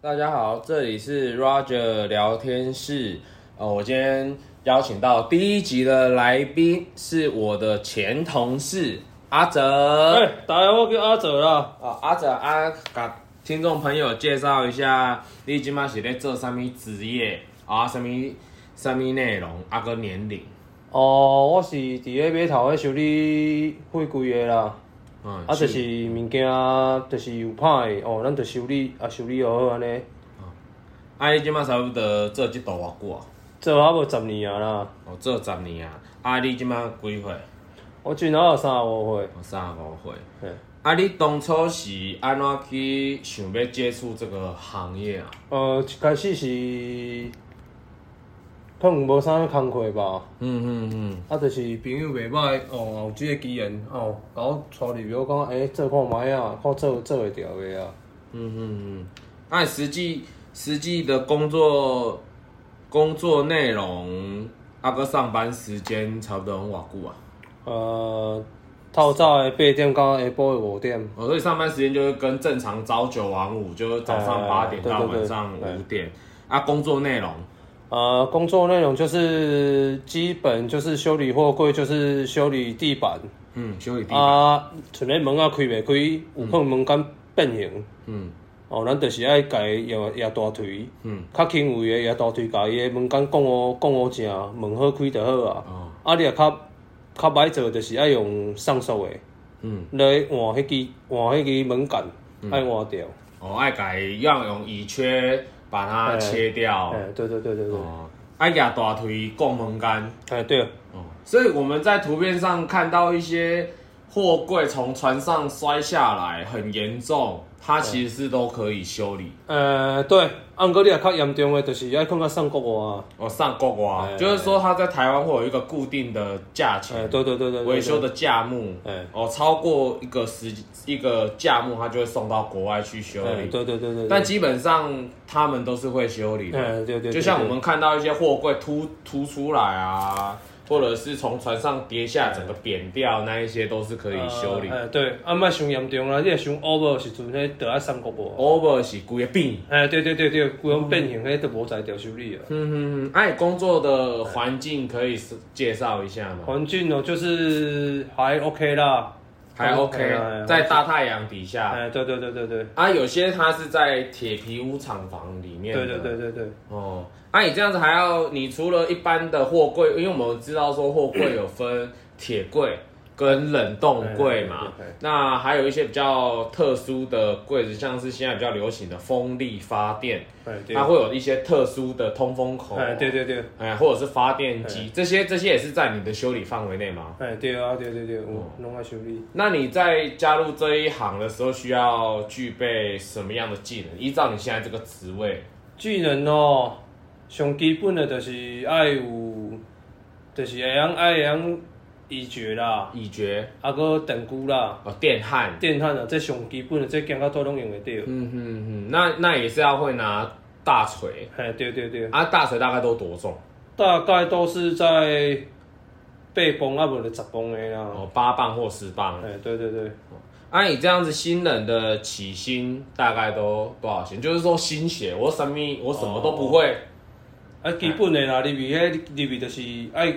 大家好，这里是 Roger 聊天室。呃，我今天邀请到第一集的来宾是我的前同事阿哲。哎、大家好，我叫阿哲啊啦。哦，阿哲阿甲听众朋友介绍一下，你今麦是咧做啥物职业啊？啥物啥物内容？啊个年龄？哦，我是伫咧码头咧修理货柜的啦，嗯，啊，就是物件，就是有歹的哦，咱就修理啊，修理好好安尼，啊，你今麦差不多做即道偌久啊？做啊无十年啊啦，哦，做十年啊。啊，你今麦几岁？我今年二三十五岁，我三十五岁。嘿啊，你当初是安怎去想要接触这个行业啊？呃，一开始是可能无啥工课吧，嗯嗯嗯，啊，就是朋友袂歹哦，有即个机缘哦，甲我带入我讲，诶、做看卖啊，看做做会着袂啊，那、你啊实际实际的工作工作内容，啊，哥上班时间差不多很偌久啊。呃，透早的八点到下晡的五点。哦，所以上班时间就是跟正常朝九晚五，就是早上八点哎到对对对晚上五点。啊，工作内容，呃，工作内容就是基本就是修理货柜，就是修理地板嗯，修理地板，啊，像咧门啊开袂开，有可能门杆变形，嗯哦，咱就是爱家压压大腿，嗯，较轻微的压大腿，家伊的门杆降乌降乌正，门好开就好啊。哦，啊，你若较较歹做，就是爱用上手的嗯，来换迄支换迄支门杆，爱换掉。哦，爱改要用乙炔把它哎切掉。哎，对对对对对，哦，爱压大腿供门杆。哎对，哦，所以我们在图片上看到一些货柜从船上摔下来，很严重，它其实是都可以修理。呃对，啊，毋过你若较严重的，就是爱放较上国外啊。哦，上购啊，哎就是说它在台湾会有一个固定的价哎、钱，对对对对，对维修，的价目。哎、哦，超过一个时一个价目，它就会送到国外去修哎、理。对对对对，但基本上他们都是会修理哎、的，对对对，就像我们看到一些货柜凸凸出来啊，或者是从船上跌下整个扁掉，那一些都是可可以修理哎、对，啊，莫伤严重啦，你若伤 over 时阵，迄得爱送国外。 over 是规个病。哎、对对对对，规种变形迄都无才调修理啊。嗯嗯嗯，哎、工作的环境可以是介绍一下吗？环境哦，就是还 OK 啦。还 OK，哎在大太阳底下。哎、对对对对对，啊，有些它是在铁皮屋厂房里面的。对对对对对，哦，啊，你这样子还要，你除了一般的货柜，因为我们知道说货柜有分铁柜跟冷冻柜嘛对对对对，那还有一些比较特殊的柜子，像是现在比较流行的风力发电，哎、对，它会有一些特殊的通风口，哎、对对对，哎，或者是发电机，这些这些也是在你的修理范围内吗？哎、对啊，对对对，有拢爱修理。那你在加入这一行的时候，需要具备什么样的技能？依照你现在这个职位，技能哦，上基本的就是爱有，就是会晓爱会晓医学啦。乙觉啊，搁电锯啦、哦，电焊，电焊啊，这上基本的，这行到倒拢用会着。嗯嗯嗯，那那也是要会拿大锤嘿，对对对，啊，大锤大概都多重？大概都是在八磅啊，无就十磅的啦。哦，八磅或十磅。哎，对对对，啊，你这样子新人的起薪大概都多少钱？就是说新血，我什么我什么都不会，啊，基本的啦，入去迄入去就是爱，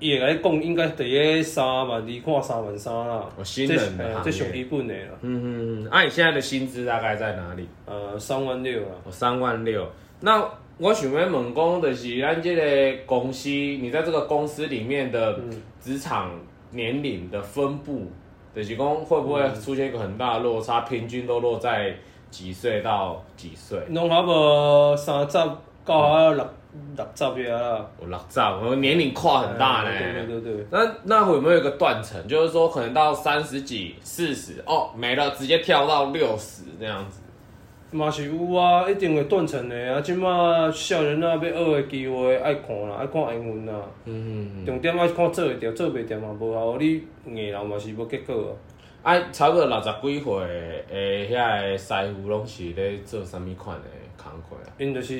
伊会甲你讲，应该伫咧三万二看三万三啦。我哦新人这的哎行这上业。基本的啦，嗯嗯，嗯啊，你现在的薪资大概在哪里？呃，三万六啦。我哦三万六。那我想要问讲，就是咱这个公司，你在这个公司里面的嗯职场年龄的分布，就是讲会不会出现一个很大的落差，平均都落在几岁到几岁？拢还无三十到啊六六十个啦。我老丈，我年龄跨很大哎呢。对对对对，那那会有没有一个断层？就是说，可能到三十几、四十，哦，没了，直接跳到六十这样子。嘛是有啊，一定会断层的啊。即马少年啊要学的机会爱看啦，爱看英文啦。嗯，重点爱看做会着，做袂着嘛无效。你硬人嘛是无结果啊，差不多六十几岁诶，遐个师傅拢是咧做啥物款诶工课啊啊。？因就是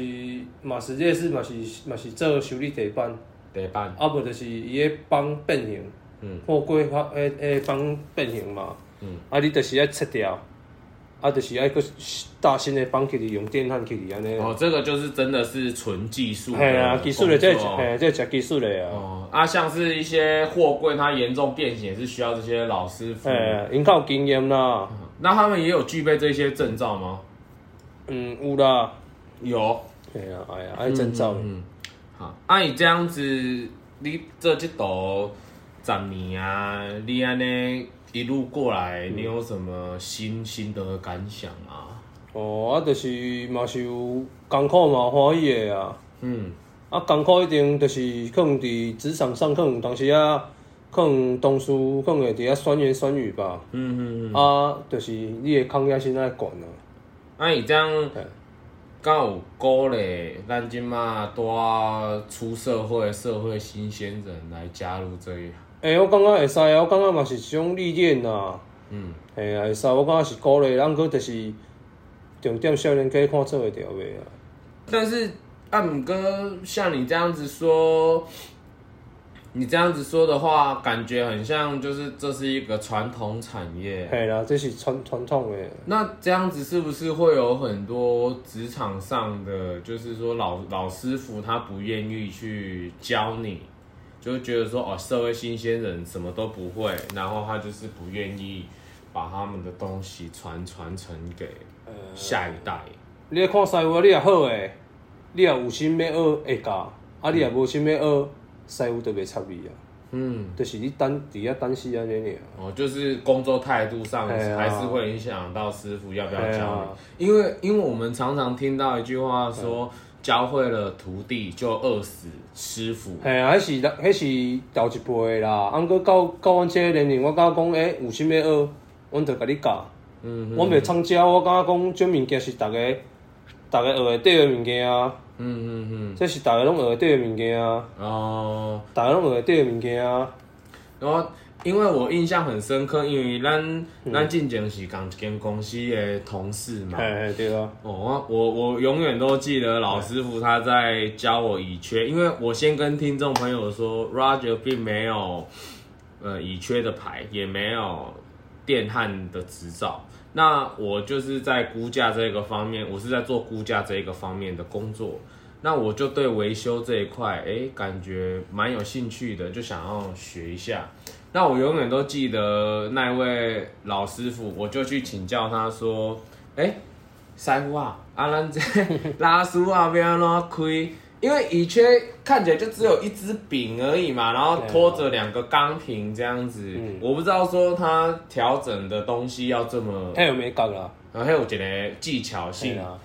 嘛是这是嘛是嘛是做修理地板，地板，啊无就是伊咧帮变形，嗯货柜发诶诶帮变形嘛。啊你就是爱切掉，啊，就是爱个大新的放起去，用电焊起去安尼。哦，这个就是真的是纯技术的工作。嘿啊，技术的这嘿，这食技术的啊，哦，啊，像是一些货柜它严重变形，也是需要这些老师傅。嘿，因较有哎经验啦，那他们也有具备这些证照吗？嗯，有啦，有。嘿啊，哎呀，爱证照的，好，啊，你这样子，你做这道十年啊，你安尼一路过来，你有什么心心得感想啊？哦，啊，就是嘛是有艰苦嘛欢喜的啊，嗯，啊，艰苦一定就是可能伫职场上，可能有当时啊，可能同事可能会伫遐酸言酸语吧，嗯嗯嗯。啊，就是你的抗压性爱悬啊，哎啊，你这样对，敢有鼓励咱即马带出社会的社会新鲜人来加入这一行？诶、我感觉会使啊，我感觉嘛是一种历练啊。嗯，嘿啊，会使，我感觉是鼓励，咱搁就是重点少年家看做会着袂啊。但是啊，姆哥，像你这样子说，你这样子说的话，感觉很像就是这是一个传统产业。嘿啦，这是传传统的。那这样子是不是会有很多职场上的，就是说老老师傅他不愿意去教你，就觉得说哦，社会新鲜人什么都不会，然后他就是不愿意把他们的东西传传承给呃下一代。你咧看师傅，你也好诶，你也有心要学会教，啊，你也无心要学，师傅就袂插你啊。嗯，就是你等伫遐等死安尼尔。哦，就是工作态度上哎呀还是会影响到师傅要不要哎教呀你，因为因为我们常常听到一句话说，哎教会了徒弟就饿死师傅。嘿啊，迄是迄是头一辈的啦。啊，毋过到到阮这个年龄，我感觉讲，诶、有心要学，阮就甲你教。嗯阮袂参教，我感觉讲，这物件是逐个逐个学会底的物件啊。嗯嗯嗯。这是逐个拢学会底的物件啊，哦，逐个拢学会底的物件啊。然后因为我印象很深刻，因为咱咱进前是共一间公司的同事嘛。嘿嘿，对啊，哦，我我我永远都记得老师傅他在教我乙缺，因为我先跟听众朋友说，Roger 并没有呃乙缺的牌，也没有电焊的执照。那我就是在估价这个方面，我是在做估价这一个方面的工作。那我就对维修这一块，哎、感觉蛮有兴趣的，就想要学一下。那我永远都记得那一位老师傅，我就去请教他说，哎、师傅啊，啊，咱这拉丝啊要安怎么开？因为乙缺看起来就只有一支柄而已嘛，然后拖着两个钢瓶这样子，嗯我不知道说他调整的东西要这么，迄有美角啦，然后有一个技巧是性啦，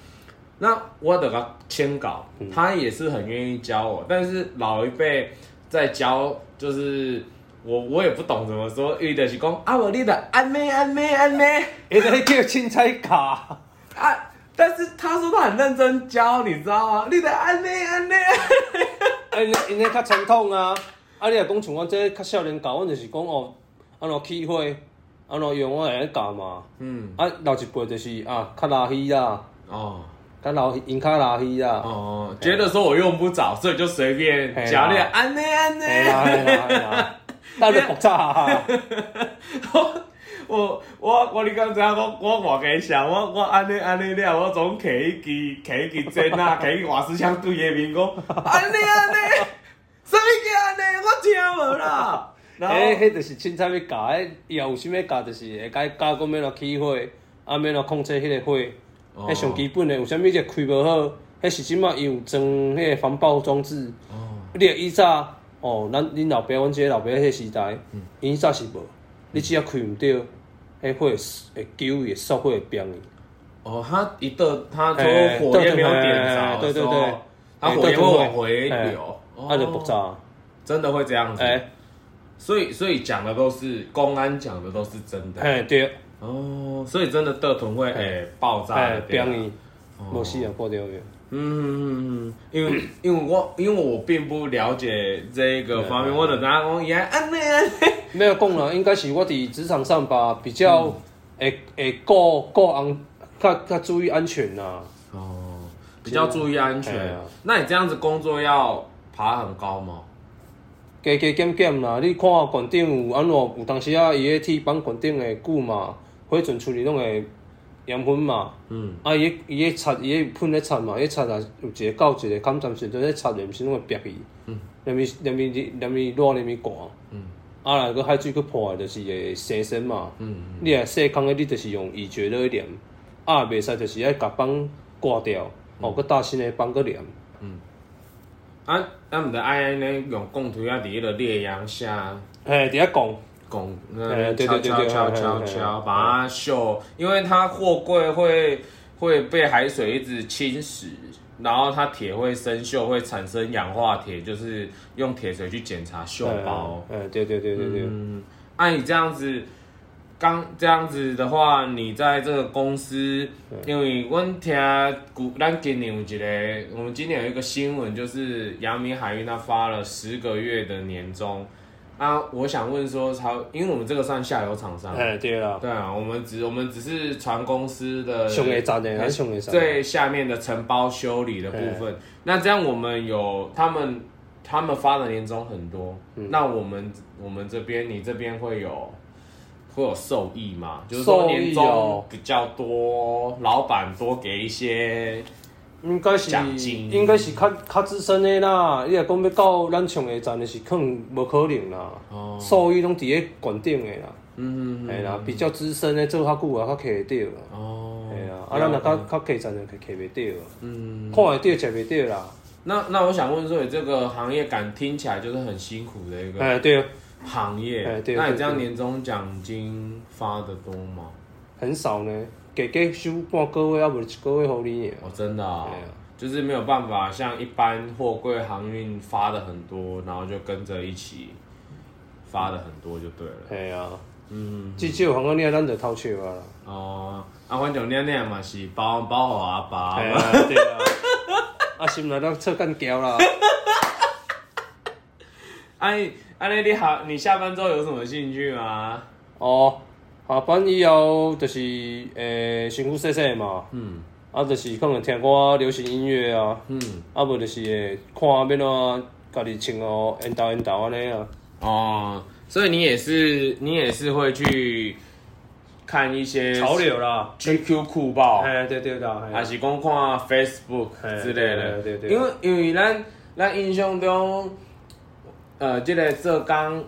那我得他签稿，嗯他也是很愿意教我，但是老一辈在教，就是我我也不懂怎么说，遇的是讲啊，我你的安妹安妹安 妹迄个叫凊彩 教，啊，但是他说他很认真教，你知道吗？你的安妹安妹，啊，因因迄较传统啊。啊，你若讲像阮这较少年教，阮就是讲哦，安怎起火，安怎啊用，我会晓教嘛。嗯，啊，老一辈就是啊，较垃圾啦，哦较老因较垃圾啦。哦，觉得说我用不着，所以就随便嘿啦啊教你的安妹安妹。嘿啊啦嘿啦嘿 啦，咱就爆炸啊！我我我你敢知影我我外家想我我安尼安尼了，我总摕一支摕一支针啊，摕一支瓦斯枪对伊面讲，安尼安尼，什么叫安尼？我听无啦。 然后、诶，迄就是凊彩要教，迄伊也有啥物教，就是会甲伊教讲要怎起火，啊要怎控制迄个火，哦迄上、基本的。有啥物就开无好，迄是即马伊有装迄个防爆装置。哦，你若以早哦，咱恁老爸，阮这个老爸迄个时代，伊早是无，你只要开毋对，迄火会会救伊，烧火会变伊。哦，他一个他说哎火焰没有对对点着的时候，对对对他哎火焰会对对对往回哎流，哦啊就爆炸。哎真的会这样子。诶，所以所以讲的都是公安讲的都是真的嘿对，哦，所以真的德屯会诶、哎爆炸嘿的对啊哦哎变伊，无死人挂掉去。嗯，因为 因为我因为我并不了解这个方面，我就知道讲哦伊安尼安尼。没有讲啦，应该是我伫职场上吧，比较嗯会、会顾顾安，较较注意安全啦。哦，比较注意安对全啊。那你这样子工作要爬很高吗？加加减减啦，你看县顶有安怎，有当时啊，伊迄铁板县顶会久嘛，火船处理拢会盐分嘛，嗯，啊伊迄伊迄擦伊迄喷咧擦嘛，迄擦啊有一个到一个感染时阵，迄擦咧毋是拢会白去，嗯，连咪连咪连咪热连咪寒，嗯，啊若个海水去破的就是会生身嘛，嗯，你若细空的你就是用乙炔来黏，啊袂使就是爱甲棒挂掉，哦，佮搭新的棒佮黏，啊，咱毋着爱安尼用共推啊，伫迄个烈阳下嘿，伫遐讲，拱，哎那对敲对对敲敲对哎敲哎敲，哎把它锈，因为它货柜会会被海水一直侵蚀，然后它铁会生锈，会产生氧化铁，就是用铁锤去检查锈包。哎，哎对对对对对，按、啊你这样子，刚这样子的话，你在这个公司，因为我听古，咱今年有一个，我们今年有一个新闻，就是阳明海运它发了十个月的年终。啊，我想问说，超，因为我们这个算下游厂商，哎对啦，对啊，我们只我们只是船公司的上下站的，咱上下站的。最下面的承包修理的部哎分。那这样我们有他们他们发的年终很多，嗯那我们我们这边你这边会有会有受益吗？就是说受益年终哦比较多，老板多给一些，应该是奖金应该是较较资深的啦。你若讲要到咱上下站的是，可能无可能啦。哦所以拢伫咧悬顶的啦，嗯，嘿啦，比较资深的做较久啊，较揢会到啦。哦，嘿啊，啊了咱解若较较揢站的揢揢袂到啊，嗯。看会到食袂到啦。那那我想问说，你这个行业感听起来就是很辛苦的一个哎对，行业，哎对那你对这样对年终奖金发的多吗？很少呢，加加收半个月啊，无一个月互你尔。哦，真的啊、对啊就是没有办法像一般货柜航运发的很多，然后就跟着一起发的很多就对了。嘿啊，嗯，至少反正你啊，咱就偷笑啊啦。哦，啊，阮种娘娘嘛是包包给阿爸嘿嘛，啊，对啊。 啊，心内咱出干交啦。啊你啊你你好，你下班之后有什么兴趣吗？哦，下班以后就是诶，身躯洗洗嘛，嗯啊，就是可能听歌、流行音乐啊，嗯，啊无就是会看要怎么家己穿哦，缘投缘投安尼啊。哦，所以你也是你也是会去看一些流啦， GQ 酷报，哎，对对啦，还嘿是讲看 Facebook 嘿之类的，对对对因为因为咱咱印象中，呃，即、个浙江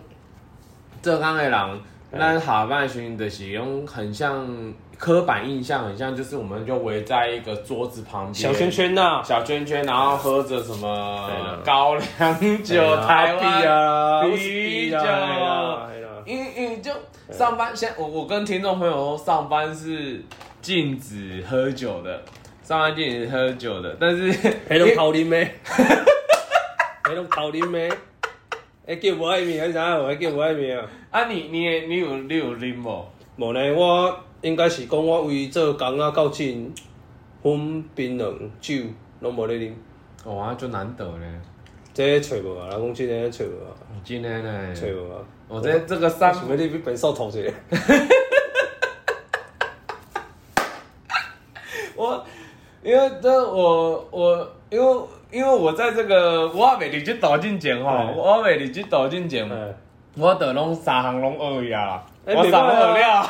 浙江的人，咱下半旬就是用很像刻板印象，很像就是我们就围在一个桌子旁边，小圈圈呐，小圈圈，然后喝着什么对啦高粱酒、台湾啤啊，啤酒威士忌啊嘿啦嘿啦因为因为就上班，现在我我跟听众朋友说，上班是禁止喝酒的，上班禁止喝酒的，但是迄拢偷啉 的，迄拢偷啉的，迄哎叫无爱命，你知影无？哎迄叫无爱命。啊你，你也你有你有啉无？无呢，我应该是讲我为做工啊到真，薰、槟榔、酒拢无咧啉，哦，啊，就难得呢，这找无啊，人讲真诶找无啊，真的呢，找无啊。我在这个我三想要你去变扫头一下，我因为这我我因为因为我在这个我也袂入去倒进前吼，嗯我也袂入去倒进前，哎，我得拢三行拢学呀啦，哎我袂三歹行啊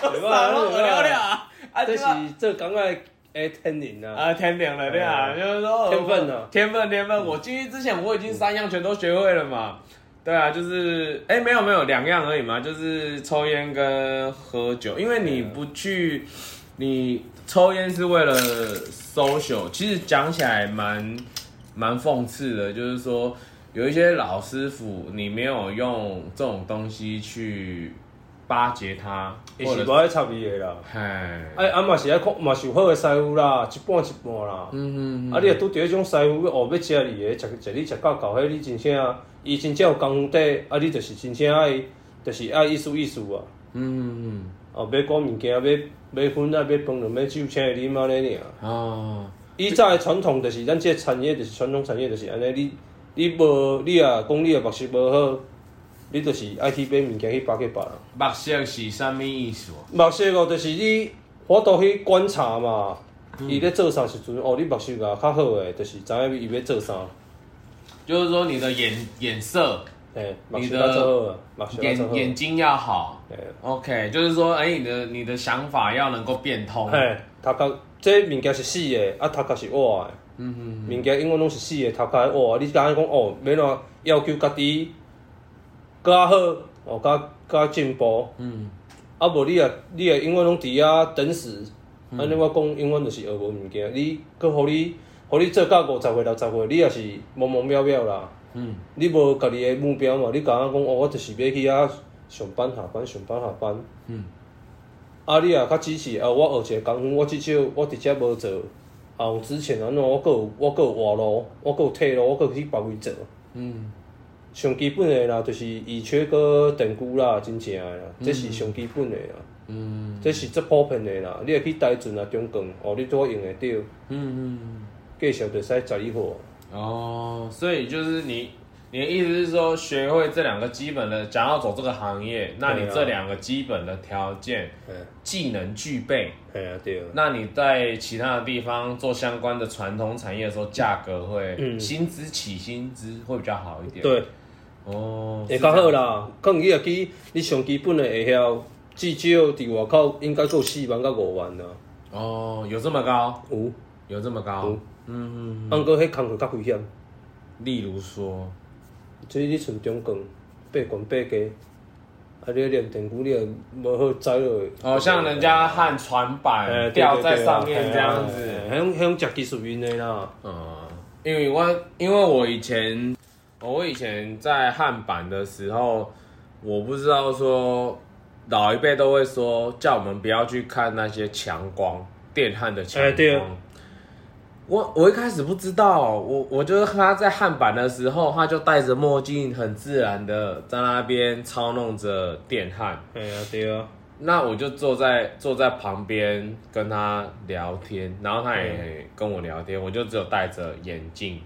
学了，我三行学袂歹啊了袂歹了啊啊，啊这这是个做工诶诶天然啊，啊，天凉了对啊，就是说天分啊天分天分。我进去之前我已经三样全都学会了嘛，对啊，就是哎、没有没有两样而已嘛，就是抽烟跟喝酒，因为你不去，你抽烟是为了 social，其实讲起来蛮蛮讽刺的，就是说有一些老师傅你没有用这种东西去巴结他，伊或是者无爱插伊诶啦。哎，哎，啊嘛是爱看，嘛是有好诶师傅啦，一半一半啦。嗯嗯嗯啊，你若拄着迄种师傅哦，要食你诶，食食你食到到，迄你真正，伊真正有功底，啊，你就是真正爱，就是爱意思意思啊。嗯嗯。哦，买寡物件，买买薰啊，买槟榔，买酒，请会啉安尼尔。哦，啊以早的传统就是咱这个产业，就是传统产业，就是安尼。你你无，你啊讲你啊目色无好，你就是爱去买物件去巴结别人。目色是啥物意思？目色哦，就是你我都去观察嘛。嗯伊咧做啥时阵，哦，你目色啊较好诶，就是知影伊要做啥。就是说你的眼眼色，嘿，你的目睭要做好啊，目睭要做眼好眼睛要好嘿，OK，就是说，哎、你的你的想法要能够变通，嘿，头壳这物件是死的，啊头壳是活的。嗯嗯。物件永远拢是死的，头壳是活的。你敢讲哦，要怎要求家己搁较好，哦，较较进步。嗯，啊无你啊，你啊永远拢伫遐等死。安尼我讲，永远就是学无物件。你搁互你，互你做到五十岁、六十岁，你也是懵懵渺渺啦。嗯，你无家己的目标嘛？你敢若讲哦，我就是要去遐上班下班，上班下班。嗯。啊，你啊较支持啊，我学一个工，我至少我直接无做。啊，有之前安怎我阁有我阁有活路，我阁有退路，我阁去别位做。嗯，上基本的啦，就是乙炔搁电锯啦，真正的啦，嗯这是上基本的啦。嗯。这是最普遍的啦，你若去台船啊、中钢，哦，你拄好用会着，嗯嗯。继续就使十一号。哦，所以就是你，你的意思是说，学会这两个基本的，想要走这个行业，那你对啊这两个基本的条件、嘿，技能具备，嘿啊，对啊。那你在其他的地方做相关的传统产业的时候，价格会、嗯薪资起薪资会比较好一点。，对。哦，会是这较样好。啦，可能你若去，你上基本的会晓，至少伫外口应该够四万到五万啦。哦，有这么高，有，有这么高有。嗯，啊，毋过迄工课较危险，例如说，所以你像中钢八悬八低，啊，你连电锯你也无好载落去。哦，像人家焊船嘿板吊在上面这样子。，对对对啊嘿啊嘿啊嘿啊迄种迄种食技术面的啦。嗯，因为我因为我以前我以前在汉版的时候，我不知道说老一辈都会说叫我们不要去看那些强光电焊的强光。哎对啊我我一开始不知道，我我就是看他在焊板的时候，他就戴着墨镜，很自然的在那边操弄着电焊。哎啊，对啊，那我就坐在坐在旁边跟他聊天，然后他也跟我聊天，我就只有戴着眼镜。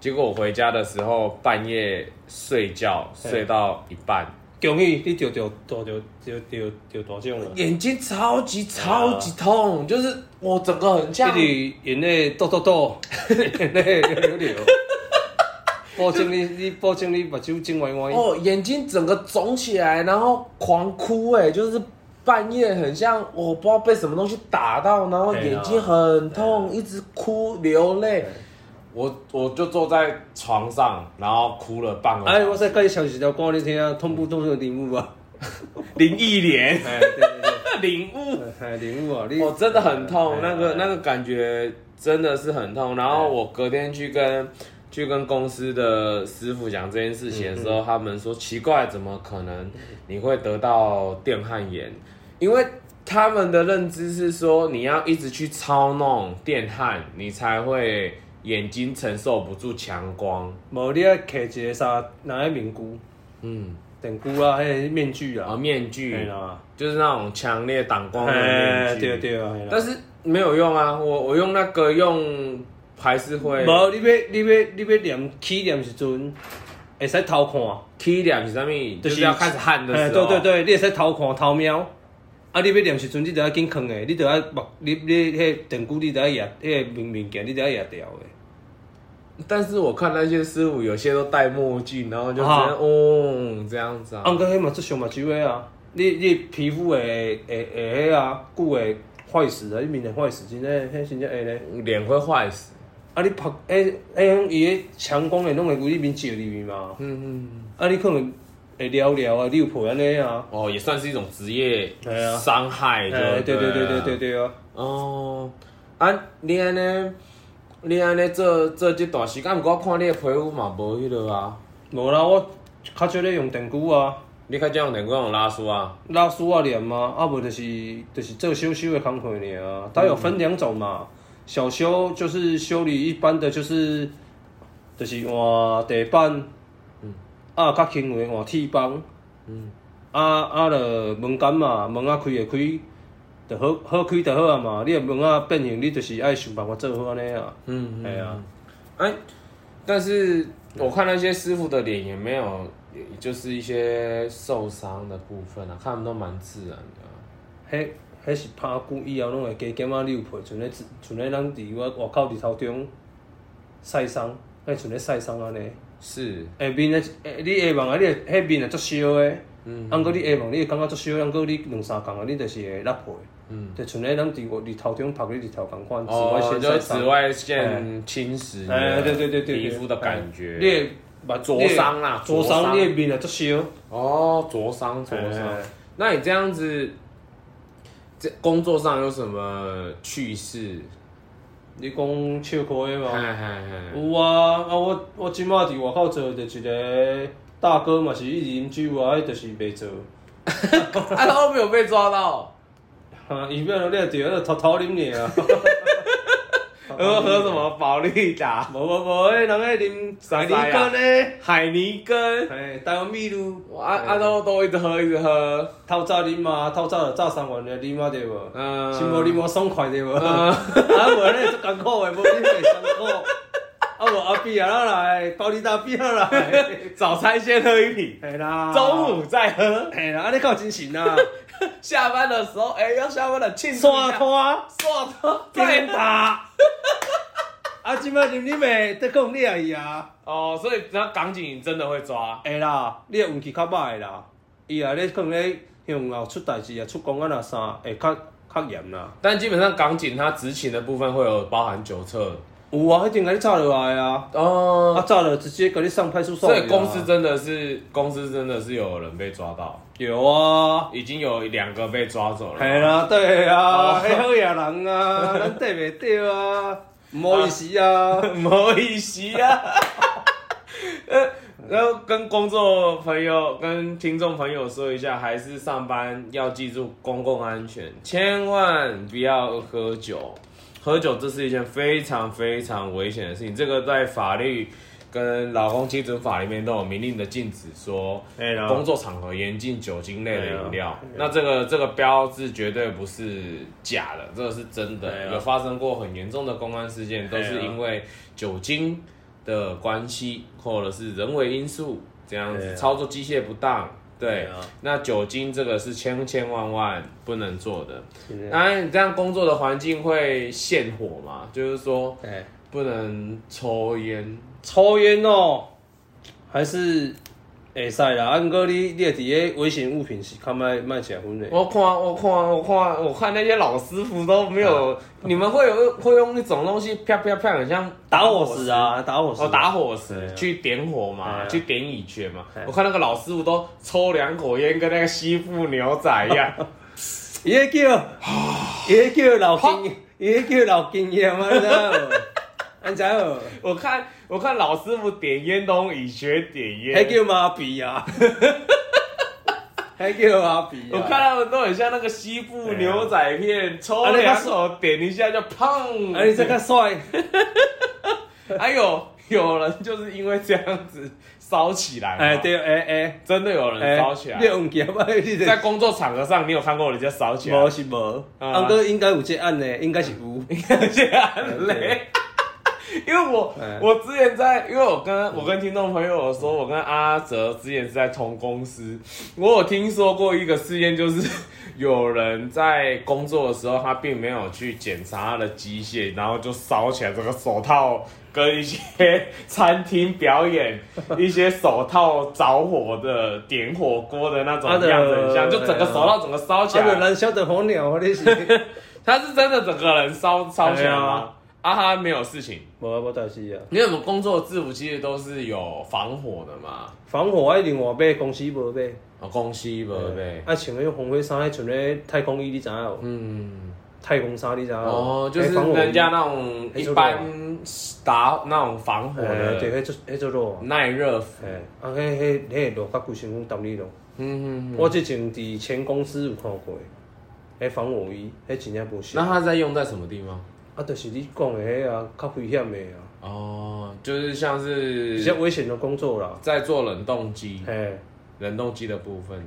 结果我回家的时候半夜睡觉，睡到一半，恭喜你着着着着着着着大奖啦！眼睛超级超级痛，就是我整个很像，一直眼泪抖抖抖， 眼泪流流。保证你，你保证你目睭睁歪歪。哦，眼睛整个肿起来，然后狂哭、哎，就是半夜很像我不知道被什么东西打到，然后对啊啊眼睛很痛，一直哭流泪。我我就坐在床上，然后哭了半个哎，小我时。再跟你讲一条歌你听啊，痛不痛的领悟啊？林忆莲哎，对对对， 领悟，哎，领悟 啊，你我哦真的很痛，那个那个，个感觉真的是很痛。然后我隔天去哎跟去跟公司的师傅讲这件事情的时候，他们说奇怪，怎么可能你会得到电焊炎？因为他们的认知是说，你要一直去操弄电焊，你才会眼睛承受不住强光。无你爱揢一个啥，哪个面具、嗯，电锯啊，迄个面具然啊后，面具嘿啦，就是那种强烈挡光的面哎，具，对对啊，嘿啦但是没有用啊，我我用那个用还是会哎无你要你要你要念起念时阵，会使偷看，踢两是啥物，就是要开始焊的哎时候，对对对，你会使偷看偷瞄。啊！你要念时阵，你就要紧藏诶，你就要目，你你迄电锯，你就要压，迄个面面镜，你就要压掉诶。但是我看那些师傅有些都戴墨镜，然后就直接啊哦这样子啊啊，，毋过迄嘛做伤目睭的啊，你你皮肤会会会迄啊，久会坏死啊，你面会坏死，真诶，迄真正会咧。脸会坏死。啊，你曝迄迄种伊迄强光诶，拢会规你面照入去嘛。嗯嗯，啊，你可能会了了啊，你有皮安尼啊。哦，也算是一种职业对啊伤害，哎，对对不对对对对对。对啊！哦，啊，你安尼，你安尼做做这段时间，毋过我看你的皮肤嘛无迄落啊，无啦，我较少咧用电锯啊，你较少用电光用拉丝啊。拉丝啊念啊，啊无就是就是做小修诶工课尔啊。它有分两种嘛，小修就是修理一般的，就是就是换地板，嗯啊较轻微换铁板，啊啊着门杆嘛，门啊开会开，着好好开着好啊嘛。你诶门啊变形，你就是爱想办法做好安尼啊。嗯，哎啊，哎，但是我看那些师傅的脸也没有，也就是一些受伤的部分啊，看他们都蛮自然的啊迄迄是拍久以后拢会加减啊溜皮，像咧像咧咱伫我外口日头中晒伤，迄像咧晒伤安尼。是，下面诶，诶你下网啊，你会迄面会足烧诶。嗯。啊，毋过你下网，你会感觉足烧，啊，毋过你两三工啊，你就是会落皮。嗯。就像咧咱伫日头中晒日日头共款，紫外哦，线就是晒紫伤。外线侵蚀你的哎，对对对对。皮肤的感哎你觉，会把灼伤啦灼灼伤伤，你的面会足烧。哦，灼伤灼伤哎。那你这样子，这工作上有什么趣事？你讲笑可诶嗨嘛？嗨嗨，有啊，啊我我即满伫外口做的就是一个大哥嘛，是一直啉酒啊，迄就是袂做。 啊，然后没有被抓到，哈，伊要了你着迄偷偷啉 尔啊。喝喝什么保利达、无无无，迄人迄啉啥海呀尼根咧，海尼根，嘿，台湾秘鲁，我啊啊都都一直喝一直喝，透早啉嘛，透早就早三元来啉啊对无？嗯，是无啉无爽快对无？啊无咧足艰苦诶，无啉会艰苦。啊无阿扁啊来，包你大扁啊来，早餐先喝一瓶， 嘿啦。中午再喝，嘿啦，安尼够精神啊啦。下班的时候，哎，要下班了庆祝一刷下，拖。刷脱，变对大。啊，即摆啉啉诶，得讲你啊伊啊，哦，所以那港警真的会抓，会啦，你诶运气较歹的啦。伊啊，你讲咧向后出代志啊，出公安啊啥，会较较严啦。但基本上港警他执勤的部分会有包含酒测，有啊，迄定甲你炸落来啊，哦啊炸了直接甲你上派出所。啊所以公司真的是公司真的是有人被抓到，有啊，已经有两个被抓走了。系啦，对哦啊，迄好野人啊，咱缀袂着啊，毋好意思 啊，不好意思啊。 呃，然后跟工作朋友、跟听众朋友说一下，还是上班要记住公共安全，千万不要喝酒。喝酒这是一件非常非常危险的事情，这个在法律跟劳工基准法里面都有明令的禁止说，嘿啦工作场合严禁酒精类的饮啊对料啊。那这个这个标志绝对不是假的，这个是真对的，啊有发生过很严重的公安事件，都对啊是因为酒精的关系，或者是人为因素这样对子啊操作机械不当。对对啊，那酒精这个是千千万万不能做的。真的当然，你这样工作的环境会限火嘛，就是说嘿不能抽烟，抽烟哦，还是会使啦。啊，毋过你你会伫个危险物品是较莫莫食薰的。我看，我看，我看，我看那些老师傅都没有，嗯你们会有会用一种东西啪啪啪，很像打火石，啊，打火石。哦，打火石、对啊去点火嘛，对啊去点乙醛嘛。对啊我看那个老师傅都抽两口烟，跟那个吸附牛仔一样。 伊迄叫，伊迄叫老经，伊迄叫老经验啊，你知道无？ 安知无？我看，我看老师傅点烟都用乙醛点迄烟，叫麻痹啊， 迄叫麻痹我啊。看他们都很像那个西部牛仔片，抽啊那个两手点一下就砰。啊，你这较帅， 还有有人就是因为这样子烧起来嘛，哎对，哎哎真的有人哎，烧起来。你有运气啊，你在这工作场合上，你有看过人家烧起来无？是无，啊啊，毋过应该有这案呢，应该是 有。这很累。因为我嗯我之前在，因为我跟我跟听众朋友说，我跟阿哲之前是在同公司，我有听说过一个事件，就是有人在工作的时候，他并没有去检查他的机械，然后就烧起来这个手套跟一些餐厅表 演一些手套着火的点火锅的那种啊对样子很像，就整个对啊手套整个烧起啊，来，就燃烧的火鸟，你是。他是真的整个人烧烧哎起来吗？啊哈，没有事情，无啊，无代志啊。因为我们工作制服其实都是有防火的嘛，防火啊爱另外买，公司无买。哦，公司无呗，啊，穿迄种防火衫，迄像咧太空衣，你知影无？嗯，太空衫，你知影无？哦，就是迄哎防火衣人家那种一般打那嗯种防火哎，对，的迄做迄做落。耐热服，哎，啊，迄迄迄落较规身躯澹你咯。嗯，嗯嗯我之前伫前公司有看过，迄防火衣，迄真正无那少。它在用在什么地方？啊，就是你讲的迄啊，较危险的啊，哦，就是像比较是危险的工作啦。在做冷冻机，嘿，冷冻机的部分，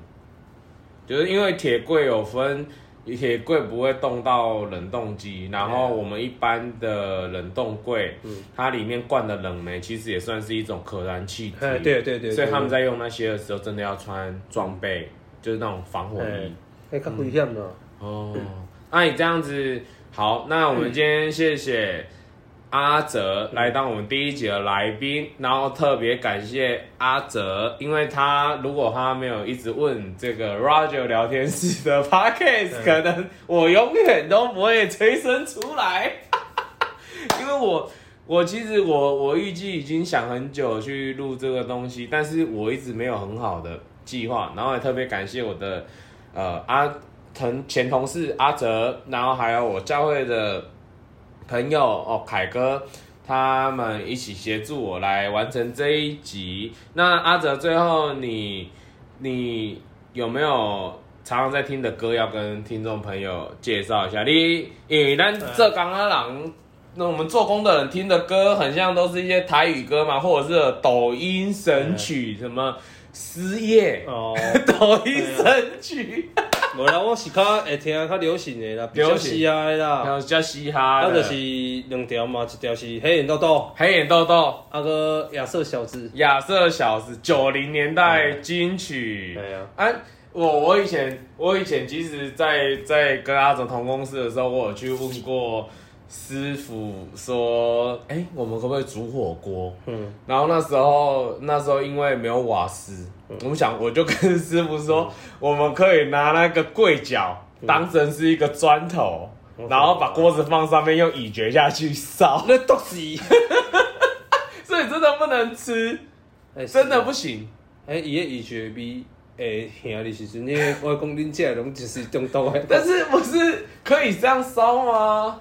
就是因为铁柜有分，铁柜不会动到冷冻机，然后我们一般的冷冻柜，嗯它里面灌的冷媒其实也算是一种可燃气体，嘿，对对对。所以他们在，在用那些的时候，真的要穿装备，就是那种防火衣嘿。，迄较危险啦。啊哦，那你这样子好，那我们今天谢谢阿哲来当我们第一集的来宾，然后特别感谢阿哲，因为他如果他没有一直问这个 Roger 聊天室的 Podcast，可能我永远都不会催生出来， 因为我我其实我我预计已经想很久去录这个东西，但是我一直没有很好的计划，然后也特别感谢我的呃阿同前同事阿哲，然后还有我教会的。朋友哦，凯哥，他们一起协助我来完成这一集。那阿哲，最后你你有没有常常在听的歌要跟听众朋友介绍一下？你因为咱浙江阿郎，那我们做工的人听的歌，很像都是一些台语歌嘛，或者是抖音神曲，什么失业、哦， 抖音神曲，无啦，我是较会听较流行的啦，比较流行嘻哈的还啦。有叫嘻哈啊，的，就是两条嘛，一条是黑眼豆豆，黑眼豆豆。啊个亚瑟小子。亚瑟小子九零年代金曲。哎呀，啊，我我以前我以前其实在，在跟阿总同公司的时候，我有去问过师傅说，哎、我们可不可以煮火锅？嗯，然后那时候那时候因为没有瓦斯，嗯我们想我就跟师傅说，我们可以拿那个柜角当成是一个砖头，嗯然后把锅子放上面，用乙掘下去烧， 那都是， 所以真的不能吃，哎真的不，行。哎，伊个医学味会听的时阵，你 我讲恁这拢就是中毒的。 但是不是可以这样烧吗？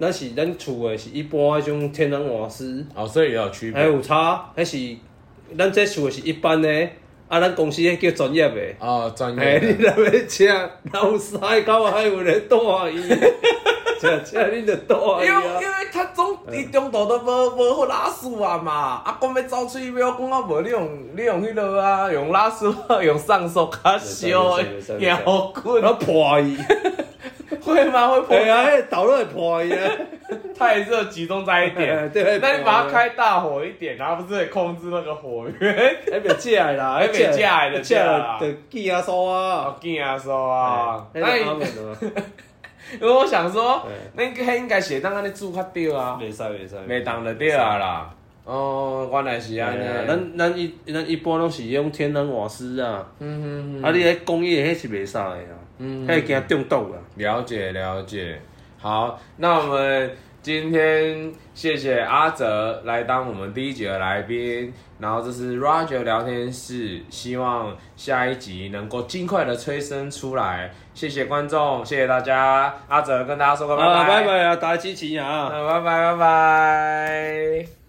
咱是咱厝的是一般迄种天然瓦斯，哦，所以也有区还有差，迄是咱这厝的是一般的，啊，咱公司迄叫专业的。哦，专哎、业你的。若要吃，老师还搞啊还有人带伊， 吃吃你就带伊因为因 啊。为他中伊中途都无无好拉屎啊嘛，啊，讲要走水表，讲啊无你用你用迄落啊，用拉屎啊，用上手较烧袂使袂使的，袂使也好困，然后 破伊，会吗？会哎破，呀，迄倒落会破 伊啊！太热集中在一点， 对那你把它开大火一点，然后不是可以控制那个火源？ 还袂食的 啦，还袂食的就食食啦就记啊数我啊。惊啊说啊，那那你阿面啊，因为我想说对，那个应该写当安尼煮较对啊。袂使袂使。袂当就对啊啦。哦，原来是安哎呀尼。咱咱一咱一般拢是用天然瓦斯啊，嗯嗯嗯啊，你迄工业迄是袂使的啊，嗯迄惊中毒啊。了解了解。好，那我们今天谢谢阿哲来当我们第一集的来宾，然后这是 Roger 聊天室，希望下一集能够尽快的催生出来。谢谢观众，谢谢大家。阿哲跟大家说个拜啊，拜拜，拜啊，大家支持啊。嗯拜拜拜拜。